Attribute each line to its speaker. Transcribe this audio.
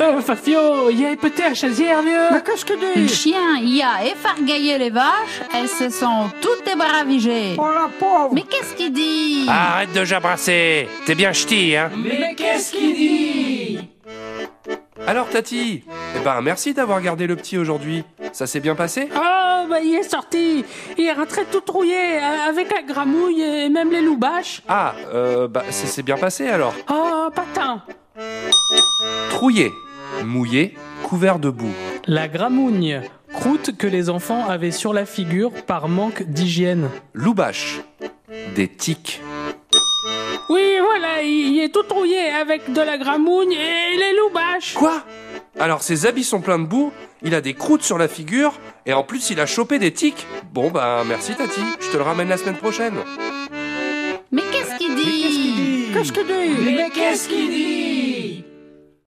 Speaker 1: Euh, Fafio, il y a peut-être chazière, vieux.
Speaker 2: qu'est-ce que
Speaker 3: Le
Speaker 2: dis
Speaker 3: chien y a effargaillé les vaches, elles se sont toutes débaravigées.
Speaker 2: Oh la pauvre
Speaker 3: Mais qu'est-ce qu'il dit
Speaker 4: Ah, Arrête de jabrasser T'es bien ch'ti, hein
Speaker 1: Mais qu'est-ce qu'il dit
Speaker 4: Alors, Tati Eh ben, merci d'avoir gardé le petit aujourd'hui. Ça s'est bien passé
Speaker 1: Oh, bah, il est sorti. Il est rentré tout trouillé, euh, avec la gramouille et même les loubaches.
Speaker 4: Ah, euh, bah, ça s'est bien passé alors.
Speaker 1: Oh, pas tant.
Speaker 4: Trouillé, mouillé, couvert de boue.
Speaker 5: La gramougne, croûte que les enfants avaient sur la figure par manque d'hygiène.
Speaker 4: Loubache, des tiques.
Speaker 1: Oui, voilà, il il est tout trouillé avec de la gramouille et les loubaches.
Speaker 4: Quoi Alors ses habits sont pleins de boue, il a des croûtes sur la figure, et en plus il a chopé des tiques. Bon bah merci Tati, je te le ramène la semaine prochaine.
Speaker 3: Mais qu'est-ce qu'il dit
Speaker 2: Qu'est-ce que dis
Speaker 1: Mais qu'est-ce qu'il dit